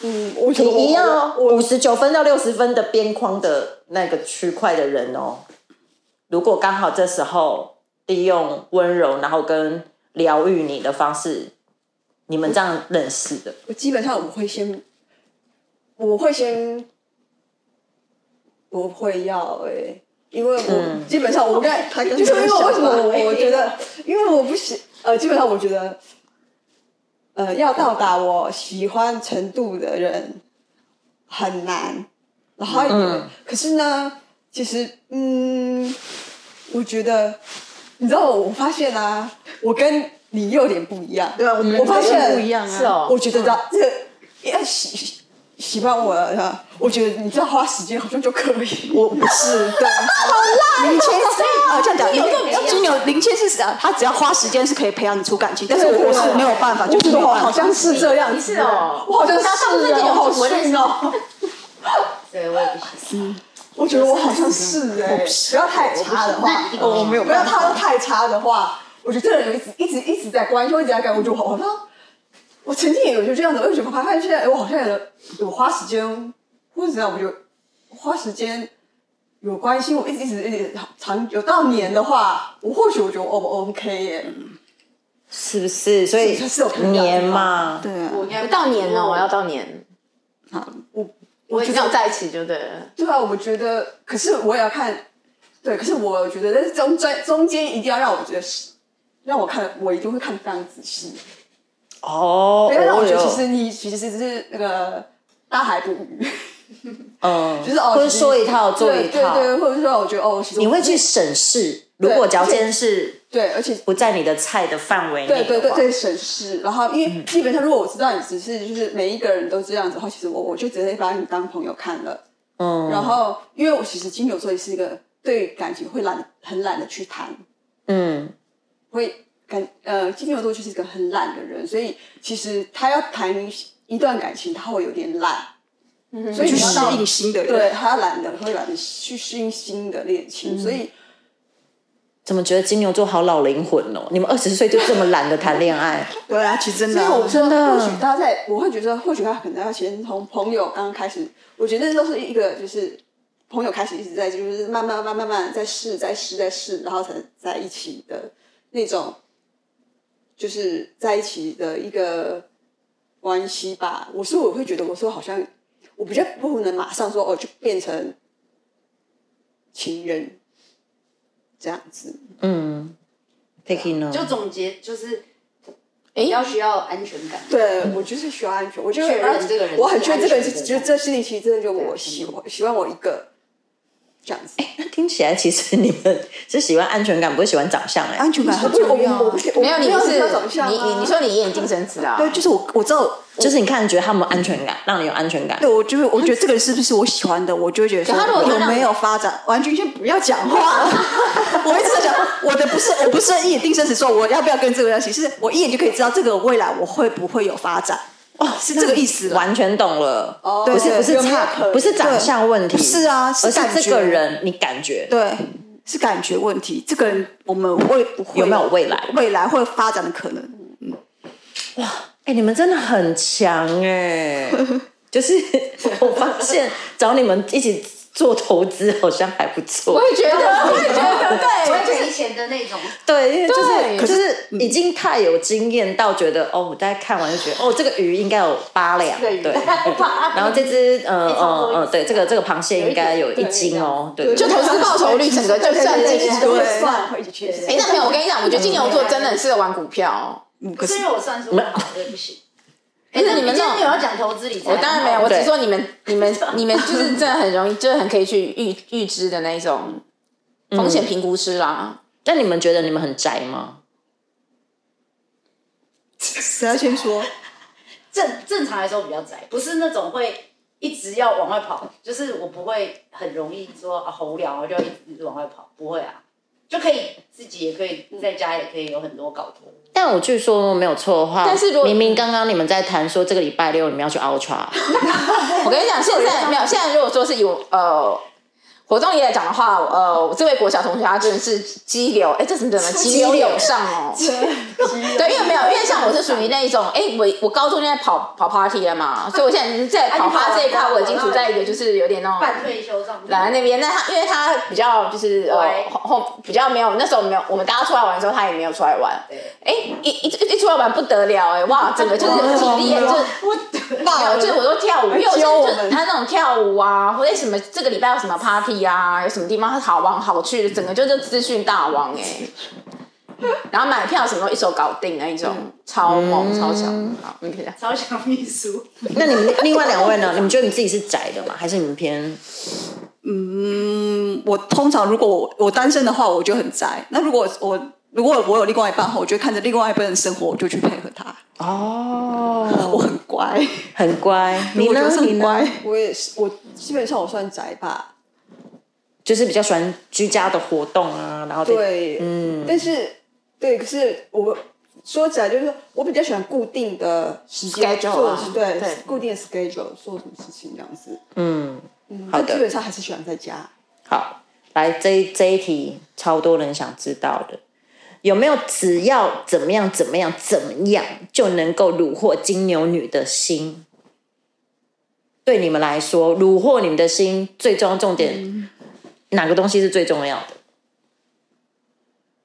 Speaker 10: 嗯，我觉得我
Speaker 6: 你一样哦，五十九分到六十分的边框的那个区块的人哦，如果刚好这时候利用温柔，然后跟疗愈你的方式，你们这样认识的，
Speaker 10: 我基本上我会先，我会先，我会要哎、因为我
Speaker 6: 嗯
Speaker 10: 基本上我该、
Speaker 11: 他跟
Speaker 10: 就是因为
Speaker 11: 他
Speaker 10: 为什么
Speaker 11: 想法
Speaker 10: 我我觉得，因为我不喜呃，基本上我觉得，呃，要到达我喜欢程度的人很难，然后也、
Speaker 6: 嗯
Speaker 10: 可是呢，其实嗯，我觉得，你知道我我发现啊，我跟你有点不一样，
Speaker 11: 对啊，我
Speaker 10: 我发现
Speaker 11: 不一样
Speaker 9: 是
Speaker 11: 啊。
Speaker 9: 哦，
Speaker 10: 我觉得这这个要喜喜喜欢我的，我觉得你只要花时间好像就可以。
Speaker 11: 我不是对，好烂！林谦是啊，这样讲，林金牛林谦是啊，他只要花时间是可以培养你出感情，但是我是没有办法，就是没有
Speaker 10: 我
Speaker 11: 办法
Speaker 10: 好像是这样子
Speaker 9: 是哦
Speaker 10: 我好像是
Speaker 9: 他上次
Speaker 10: 哎
Speaker 9: 见
Speaker 10: 我
Speaker 9: 我
Speaker 10: 好
Speaker 9: 我认
Speaker 10: 逊
Speaker 9: 识
Speaker 10: 哦，
Speaker 7: 对我也不行，
Speaker 10: 我觉得我好像是哎，不要太差的话，
Speaker 11: 哦我没有
Speaker 10: 不要
Speaker 11: 办
Speaker 10: 他
Speaker 11: 法。
Speaker 10: 太差的话，我觉得这个人一直一直一直在关心，一直在关心，我就好像我曾经也有就这样子，我就觉得发现现在哎我好像有有花时间，或者怎样，我就花时间有关心，我一直一直一直长有到年的话，我或许我觉得我我 OK 耶，
Speaker 6: 是不是？所以
Speaker 10: 是是有不一样的地方
Speaker 6: 年嘛，
Speaker 11: 对啊，
Speaker 7: 我应该
Speaker 9: 不到年哦，我要到年，
Speaker 10: 我
Speaker 9: 我
Speaker 10: 觉
Speaker 9: 只
Speaker 10: 得
Speaker 9: 要在一起就对了。
Speaker 10: 对啊，我觉得，可是我也要看，对，可是我觉得，但是中中中间一定要让我觉得是，让我看，我一定会看得非常仔细。
Speaker 6: 哦，
Speaker 10: 对，让我觉得
Speaker 6: 有
Speaker 10: 其实你其实是那个大海
Speaker 6: [LAUGHS]
Speaker 10: 捕鱼，
Speaker 6: 嗯，
Speaker 10: 就是哦，
Speaker 6: 或者
Speaker 10: 其实
Speaker 6: 说一套做一
Speaker 10: 对对
Speaker 6: 套，
Speaker 10: 对，或者说我觉得哦，其实
Speaker 6: 你
Speaker 10: 我
Speaker 6: 会去审视，如果条件是
Speaker 10: 对，而且
Speaker 6: 不在你的菜的范围内的
Speaker 10: 对
Speaker 6: 话，嗯
Speaker 10: 对对对省事。然后因为基本上，如果我知道你只是就是每一个人都这样子的话，其实我我就直接把你当朋友看了。
Speaker 6: 嗯，
Speaker 10: 然后因为我其实金牛座也是一个对感情会懒很懒得去谈，
Speaker 6: 嗯，
Speaker 10: 会感呃金牛座就是一个很懒的人，所以其实他要谈一段感情，他会有点懒，
Speaker 6: 嗯
Speaker 10: 所以
Speaker 11: 去
Speaker 10: 你要
Speaker 11: 适
Speaker 10: 到
Speaker 11: 应新的人，
Speaker 10: 对他懒得会懒得去适应新的恋情，所以
Speaker 6: 怎么觉得金牛座好老灵魂哦？你们二十岁就这么懒得谈恋
Speaker 10: [LAUGHS]
Speaker 6: 爱？
Speaker 11: 对啊，其实真
Speaker 10: 所
Speaker 11: 的
Speaker 10: 以
Speaker 11: 啊，
Speaker 10: 我说，
Speaker 6: 的
Speaker 10: 或许他在，我会觉得，或许他可能要先从朋友刚刚开始，我觉得这都是一个就是朋友开始一直在，就是慢慢慢慢慢慢在试，在试，在试，然后才在一起的那种，就是在一起的一个关系吧。我说我会觉得，我说好像我比较不能马上说哦，就变成情人这样子。
Speaker 6: 嗯， Picky no，
Speaker 7: 就总结就是，比较需要安全感。
Speaker 8: 对，我就是需要安全，我就啊
Speaker 7: 确认这个人
Speaker 8: 我很确认这个人
Speaker 7: 是安
Speaker 8: 是，
Speaker 7: 全的
Speaker 8: 就是这心理其实真的就我喜欢喜欢我一个这样子。
Speaker 10: 哎
Speaker 6: 那 [LAUGHS] 听起来其实你们是喜欢安全感，不是喜欢长相哎、
Speaker 10: 安全感很重要啊
Speaker 8: 嗯我不喜我不
Speaker 9: 没有，你
Speaker 8: 我
Speaker 9: 不
Speaker 8: 不
Speaker 9: 是
Speaker 8: 喜欢长相啊
Speaker 9: 你你你说你眼睛生子啊？
Speaker 10: 对，就是我我知道，
Speaker 6: 就是你看觉得他们有安全感，让你有安全感
Speaker 10: 对。我就是我觉得这个人是不是我喜欢的，我就会觉得说
Speaker 9: 可他如果
Speaker 10: 有
Speaker 9: 让
Speaker 10: 没有发展，完全先不要讲话。啊 [LAUGHS] 我一直在讲我的不是我不是一眼定生死说我要不要跟这个人在一起，是我一眼就可以知道这个未来我会不会有发展。哦，是这个意思啦。
Speaker 6: 完全懂了，
Speaker 8: 哦
Speaker 6: 不是
Speaker 10: 对
Speaker 6: 不是
Speaker 8: 有没有可
Speaker 6: 差，
Speaker 8: 能
Speaker 6: 不是长相问题，
Speaker 10: 对是啊是
Speaker 6: 而是
Speaker 10: 感觉
Speaker 6: 这个人你感觉
Speaker 10: 对，是感觉问题。这个人我们会不会
Speaker 6: 有没有未来
Speaker 10: 未来会发展的可能？嗯，
Speaker 6: 哎、你们真的很强 [LAUGHS] 哎、就是我发现找你们一起做投资好像还不错
Speaker 9: 我，也觉得，我也觉得，
Speaker 7: 完
Speaker 9: 对，
Speaker 7: 全以前的那种，
Speaker 6: 对，因为就是嗯
Speaker 9: 对
Speaker 6: 可是已经太有经验到觉得哦，我大家看完就觉得哦，这个鱼应该有八两，
Speaker 7: 这个鱼
Speaker 6: 对，然后这只呃
Speaker 7: 一条
Speaker 6: 呃
Speaker 7: 多一
Speaker 6: 呃，对，这个这个螃蟹应该有一斤哦，对，对
Speaker 9: 就投资报酬率整个就算进去。
Speaker 8: 都会算，会一起去。
Speaker 9: 哎，那没有，我跟你讲，我觉得金牛座真的很适合玩股票哦。 [LAUGHS]
Speaker 10: 嗯可
Speaker 7: 可
Speaker 10: 是
Speaker 7: 是因为我算数不好，对不起。
Speaker 9: 不是你们
Speaker 7: 今
Speaker 9: 那
Speaker 7: 天有
Speaker 9: 种，
Speaker 7: 要讲投资理财？
Speaker 9: 我当然没有，我只
Speaker 6: 对
Speaker 9: 是说你们、你们、你们就是真的很容易，就是很可以去预预知的那一种风险评估师啦。
Speaker 6: 嗯那你们觉得你们很宅吗？
Speaker 10: 谁要先说？
Speaker 7: 正正常来说比较宅，不是那种会一直要往外跑，就是我不会很容易说啊好无聊，我就一直往外跑，不会啊，就可以自己也可以在家也可以有很多搞头。
Speaker 6: 但我据说没有错的话，
Speaker 9: 但是如果
Speaker 6: 明明刚刚你们在谈说这个礼拜六你们要去 Ultra，
Speaker 9: 我跟你讲，现在没有，现在如果说是有呃。活动也来讲的话，呃，我这位国小同学他真的是激流，哎、这怎么怎么激流勇上哦？ [LAUGHS] 对，因为没有，因为像我是属于那一种，哎、我我高中就在跑跑 party 了嘛，所以我现在已经在啊跑 party 这一块，我已经处在一个就是有点那种
Speaker 7: 半退休状
Speaker 9: 来
Speaker 7: 态，
Speaker 9: 那边，那他因为他比较就是呃
Speaker 7: 乖
Speaker 9: 后后比较没有那时候没有，我们大家出来玩的时候，他也没有出来玩。哎、一一一出来玩不得了哎、哇，整个就是体力也就是爆，就是我都跳舞，因为我
Speaker 8: 教我
Speaker 9: 就
Speaker 8: 们
Speaker 9: 是他那种跳舞啊，或者什么这个礼拜有什么 party 啊，有什么地方好玩好去，整个就是资讯大王哎、然后买票什么都一手搞定那一种，超猛超强。好，你可以讲。
Speaker 7: 超强秘书，
Speaker 6: 那你们另外两
Speaker 10: [LAUGHS]
Speaker 6: 位呢？你们觉得你自己是宅的吗？还是你们偏
Speaker 10: 嗯，我通常如果我我单身的话，我就很宅。那如果我如果我有另外一半后，我就看着另外一半的生活，我就去配合他。
Speaker 6: 哦，
Speaker 10: 我很乖，
Speaker 6: 很
Speaker 10: [LAUGHS]
Speaker 6: 乖？你
Speaker 10: 我
Speaker 6: 呢
Speaker 10: 觉得？是
Speaker 6: 你
Speaker 10: 很
Speaker 6: 呢？
Speaker 10: 乖。
Speaker 8: 我也是，我基本上我算宅吧，
Speaker 6: 就是比较喜欢居家的活动啊，然后就
Speaker 8: 对，
Speaker 6: 嗯，
Speaker 8: 但是对，可是我说起来就是说我比较喜欢固定的时间
Speaker 9: Schedule
Speaker 8: 做
Speaker 9: 啊
Speaker 8: 事，对
Speaker 9: 对
Speaker 8: 固定的 schedule 做什么事情这样子。
Speaker 6: 嗯，
Speaker 8: 嗯，
Speaker 6: 好
Speaker 8: 但
Speaker 6: 的
Speaker 8: 基本上还是喜欢在家。
Speaker 6: 好，来这一这一题，超多人想知道的，有没有只要怎么样怎么样怎么样就能够虏获金牛女的心？对你们来说，虏获你们的心，最重要重点、
Speaker 10: 嗯
Speaker 6: 哪个东西是最重要的？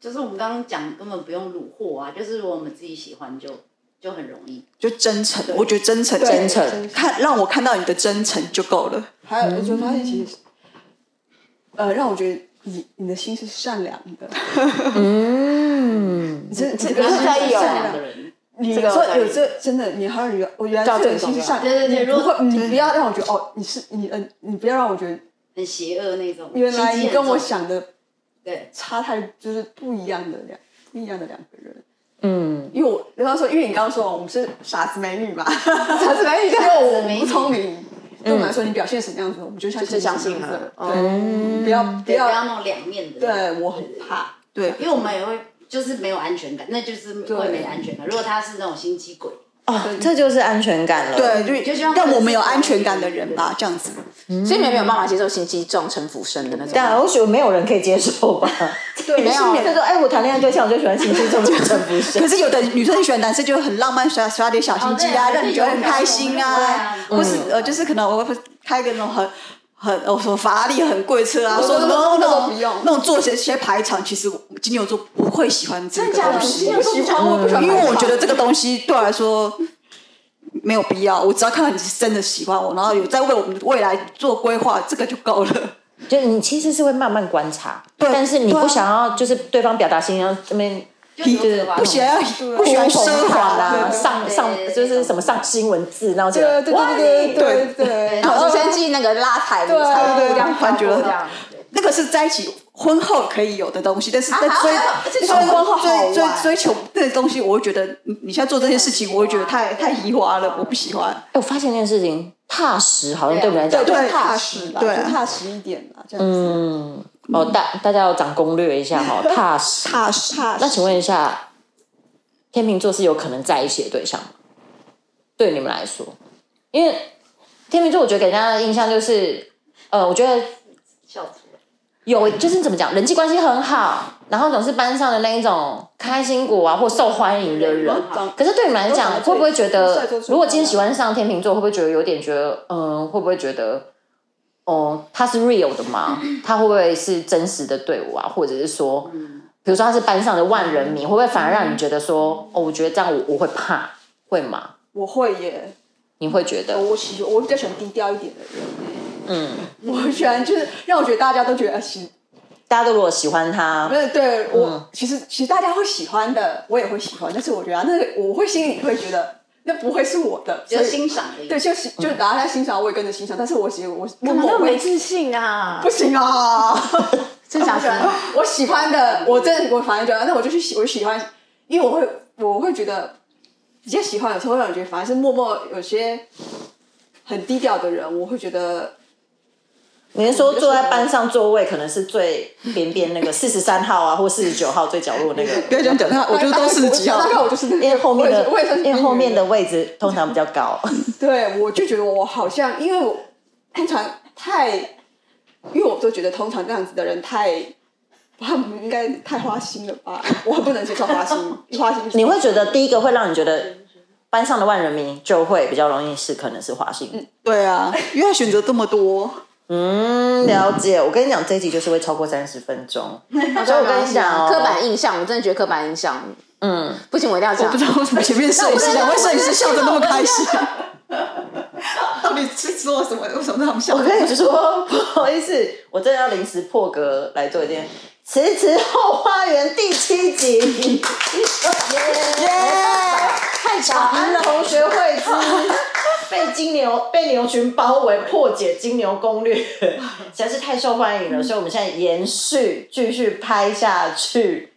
Speaker 7: 就是我们刚刚讲根本不用虏获啊，就是如果我们自己喜欢就就很容易。
Speaker 10: 就真诚，我觉得真诚，
Speaker 6: 真诚
Speaker 10: 看让我看到你的真诚就够了。
Speaker 8: 还有，我就发现其实，呃，让我觉得你你的心是善良的，
Speaker 6: 嗯，
Speaker 8: [LAUGHS] 你这这
Speaker 9: 你是在意哦
Speaker 8: 善
Speaker 7: 两
Speaker 8: 良
Speaker 7: 个。人，
Speaker 8: 你
Speaker 9: 这个我
Speaker 8: 说
Speaker 9: 在意
Speaker 8: 有这真的，你还有你，我原来
Speaker 9: 照
Speaker 8: 这
Speaker 9: 这
Speaker 8: 个
Speaker 9: 种
Speaker 8: 心是
Speaker 9: 啊
Speaker 8: 善良，
Speaker 7: 对对对
Speaker 8: 你
Speaker 7: 如
Speaker 8: 不
Speaker 7: 果
Speaker 8: 会，你不要让我觉得哦，你是你嗯，你不要让我觉得
Speaker 7: 很邪恶那种。
Speaker 8: 原来
Speaker 7: 心机
Speaker 8: 你
Speaker 7: 很
Speaker 8: 跟我
Speaker 7: 重
Speaker 8: 想的
Speaker 7: 对，
Speaker 8: 差太就是不一样的两不一样的两个人。
Speaker 6: 嗯，
Speaker 8: 因为我刚刚说，因为你刚刚说我们是傻子美女嘛，
Speaker 9: 他是来一
Speaker 8: 因
Speaker 9: 个
Speaker 8: 为我们不聪明，对我们来说你表现什么样子，我们就相
Speaker 9: 就是
Speaker 8: 信
Speaker 9: 相
Speaker 8: 你
Speaker 9: 信
Speaker 8: 什么样子
Speaker 9: 了
Speaker 8: 对，不要不
Speaker 7: 对不要
Speaker 8: 要，
Speaker 7: 那种两面的。
Speaker 8: 对我很怕，
Speaker 10: 对，
Speaker 7: 因为我们也会就是没有安全感，那就是会没安全感。如果他是那种心机鬼，
Speaker 6: 哦，这就是安全感了。，
Speaker 10: 对，就
Speaker 7: 就像
Speaker 10: 让我们有安全感的人吧，这样子。
Speaker 9: 所以没有办法接受心机重、城府深的那种。
Speaker 6: 但我啊觉得没有人可以接受吧？ [LAUGHS] 对，
Speaker 9: 没
Speaker 10: 啊
Speaker 9: 有
Speaker 6: 他说：“哎，我谈恋爱对象我就喜欢心机重、城府深。
Speaker 10: [LAUGHS] 可是有的女生喜欢男生就很浪漫，耍耍点小心机啊，
Speaker 7: 哦对
Speaker 10: 让你觉得很开心啊，
Speaker 7: 嗯
Speaker 10: 或是呃，就是可能我会开个那种很很我说法拉利很贵车啊，说什么那
Speaker 8: 那
Speaker 10: 种
Speaker 8: 种不用
Speaker 10: 那种做些些排场，其实我金牛座不会喜欢这个东西，嗯
Speaker 8: 我不喜欢，我不喜欢，
Speaker 10: 因为我觉得这个东西对我来说没有必要，我只要看到你是真的喜欢我，然后有在为我们未来做规划，这个就够了。
Speaker 6: 就你其实是会慢慢观察，
Speaker 10: 对
Speaker 6: 但是你
Speaker 10: 对啊
Speaker 6: 不想要，就是对方表达心意，然后这边
Speaker 7: 就只有这个吧
Speaker 10: 不喜欢要不喜欢啊奢华
Speaker 6: 啦，
Speaker 10: 啦，
Speaker 6: 啊上上就是什么上新闻字，然后这个
Speaker 10: 啊对对对对对对，
Speaker 9: 然后生气那个拉踩你，
Speaker 10: 对
Speaker 9: 踩
Speaker 10: 对对，
Speaker 9: 这样
Speaker 10: 突然觉
Speaker 9: 这样
Speaker 10: 得那个是在一起婚后可以有的东西，但是在
Speaker 9: 啊
Speaker 10: 追
Speaker 9: 啊这
Speaker 10: 追
Speaker 9: 种婚后好
Speaker 10: 追追
Speaker 9: 玩
Speaker 10: 追求这个东西，我会觉得你你现在做这些事情，我会觉得太太移花了，我不喜欢。
Speaker 6: 哎，我发现一件事情，踏实好像对我们来讲
Speaker 10: 对，对，
Speaker 8: 踏实啦，
Speaker 10: 对
Speaker 8: 就踏实一点啦，这样子。
Speaker 6: 嗯，哦，大大家要长攻略一下
Speaker 10: [LAUGHS]
Speaker 6: 哈，踏实。
Speaker 10: 踏实踏
Speaker 6: 那
Speaker 10: 实。
Speaker 6: 请问一下，天秤座是有可能在一起的对象吗？对你们来说，因为天秤座，我觉得给大家的印象就是，呃，我觉得
Speaker 7: 笑死了。
Speaker 6: 有就是怎么讲，人际关系很好，然后总是班上的那一种开心果啊，或受欢迎的人。
Speaker 8: 长
Speaker 6: 可是对你们来讲，会不会
Speaker 8: 帅
Speaker 6: 觉得
Speaker 8: 就，是
Speaker 6: 如果今天喜欢上天秤座，会不会觉得有点觉得，嗯，会不会觉得，哦，他是 real 的吗？他会不会是真实的对我啊？或者是说，
Speaker 8: 嗯
Speaker 6: 比如说他是班上的万人迷，会不会反而让你觉得说，哦，我觉得这样我我会怕，会吗？
Speaker 8: 我会耶，
Speaker 6: 你会觉得，
Speaker 8: 我喜我比较喜欢低调一点的人，
Speaker 6: 嗯，
Speaker 8: 我喜欢就是让我觉得大家都觉得啊喜
Speaker 6: 大家都如果喜欢他，
Speaker 8: 那对我、
Speaker 6: 嗯
Speaker 8: 其实其实大家会喜欢的，我也会喜欢，但是我觉得那个我会心里会觉得那不会是我的，
Speaker 7: 就
Speaker 8: 所以
Speaker 7: 欣赏的意思
Speaker 8: 对，就喜就大家欣赏，我也跟着欣赏，但是我喜我默
Speaker 9: 那
Speaker 8: 默
Speaker 9: 么没
Speaker 8: 会
Speaker 9: 自信啊
Speaker 8: 不！行啊， [LAUGHS]
Speaker 9: 真想说，
Speaker 8: 我喜欢的，我真的我反正觉得，那我就去喜我喜欢，因为我会我会觉得比较喜欢，有时候会让我觉得反而是默默有些很低调的人，我会觉得
Speaker 6: 你是说坐在班上座位可能是最边边 [LAUGHS] 那个四十三号啊，或四十九号最角落那 [LAUGHS]
Speaker 10: 不
Speaker 6: 个？
Speaker 10: 要这样讲他，我就是都四十几号
Speaker 8: 大。概我就是那个
Speaker 6: 因为后面的
Speaker 8: 我也是我也是，
Speaker 6: 因为后面的位置通常比较 [LAUGHS] 高。
Speaker 8: 对，我就觉得我好像，因为我通常太，因为我都觉得通常这样子的人太，他们应该太花心了吧？ [LAUGHS] 我很不能接受花心，一花心就是
Speaker 6: [LAUGHS] 你会觉得第一个会让你觉得班上的万人迷就会比较容易是可能是华信。
Speaker 10: 对啊，因为他选择这么多，
Speaker 6: 嗯，了解。我跟你讲，这一集就是会超过三十分 [LAUGHS] 钟，所以我跟你讲哦，
Speaker 9: 刻板印象，我真的觉得刻板印象，
Speaker 6: 嗯，
Speaker 9: 不行，我一定要
Speaker 10: 我
Speaker 9: 讲
Speaker 8: 啊
Speaker 10: 不。知道为什么前面摄影师两位摄影师笑得那么开
Speaker 8: [LAUGHS]
Speaker 10: 心，到底是做什么？为什么他们笑
Speaker 6: 我？跟你说， [LAUGHS] 不好意思，我真的要临时破格来做一件《迟迟后花园》第七集，耶！太长了，同学会之被金牛 [LAUGHS] 被牛群包围，破解金牛攻略，实在是太受欢迎了，所以我们现在延续继续拍下去。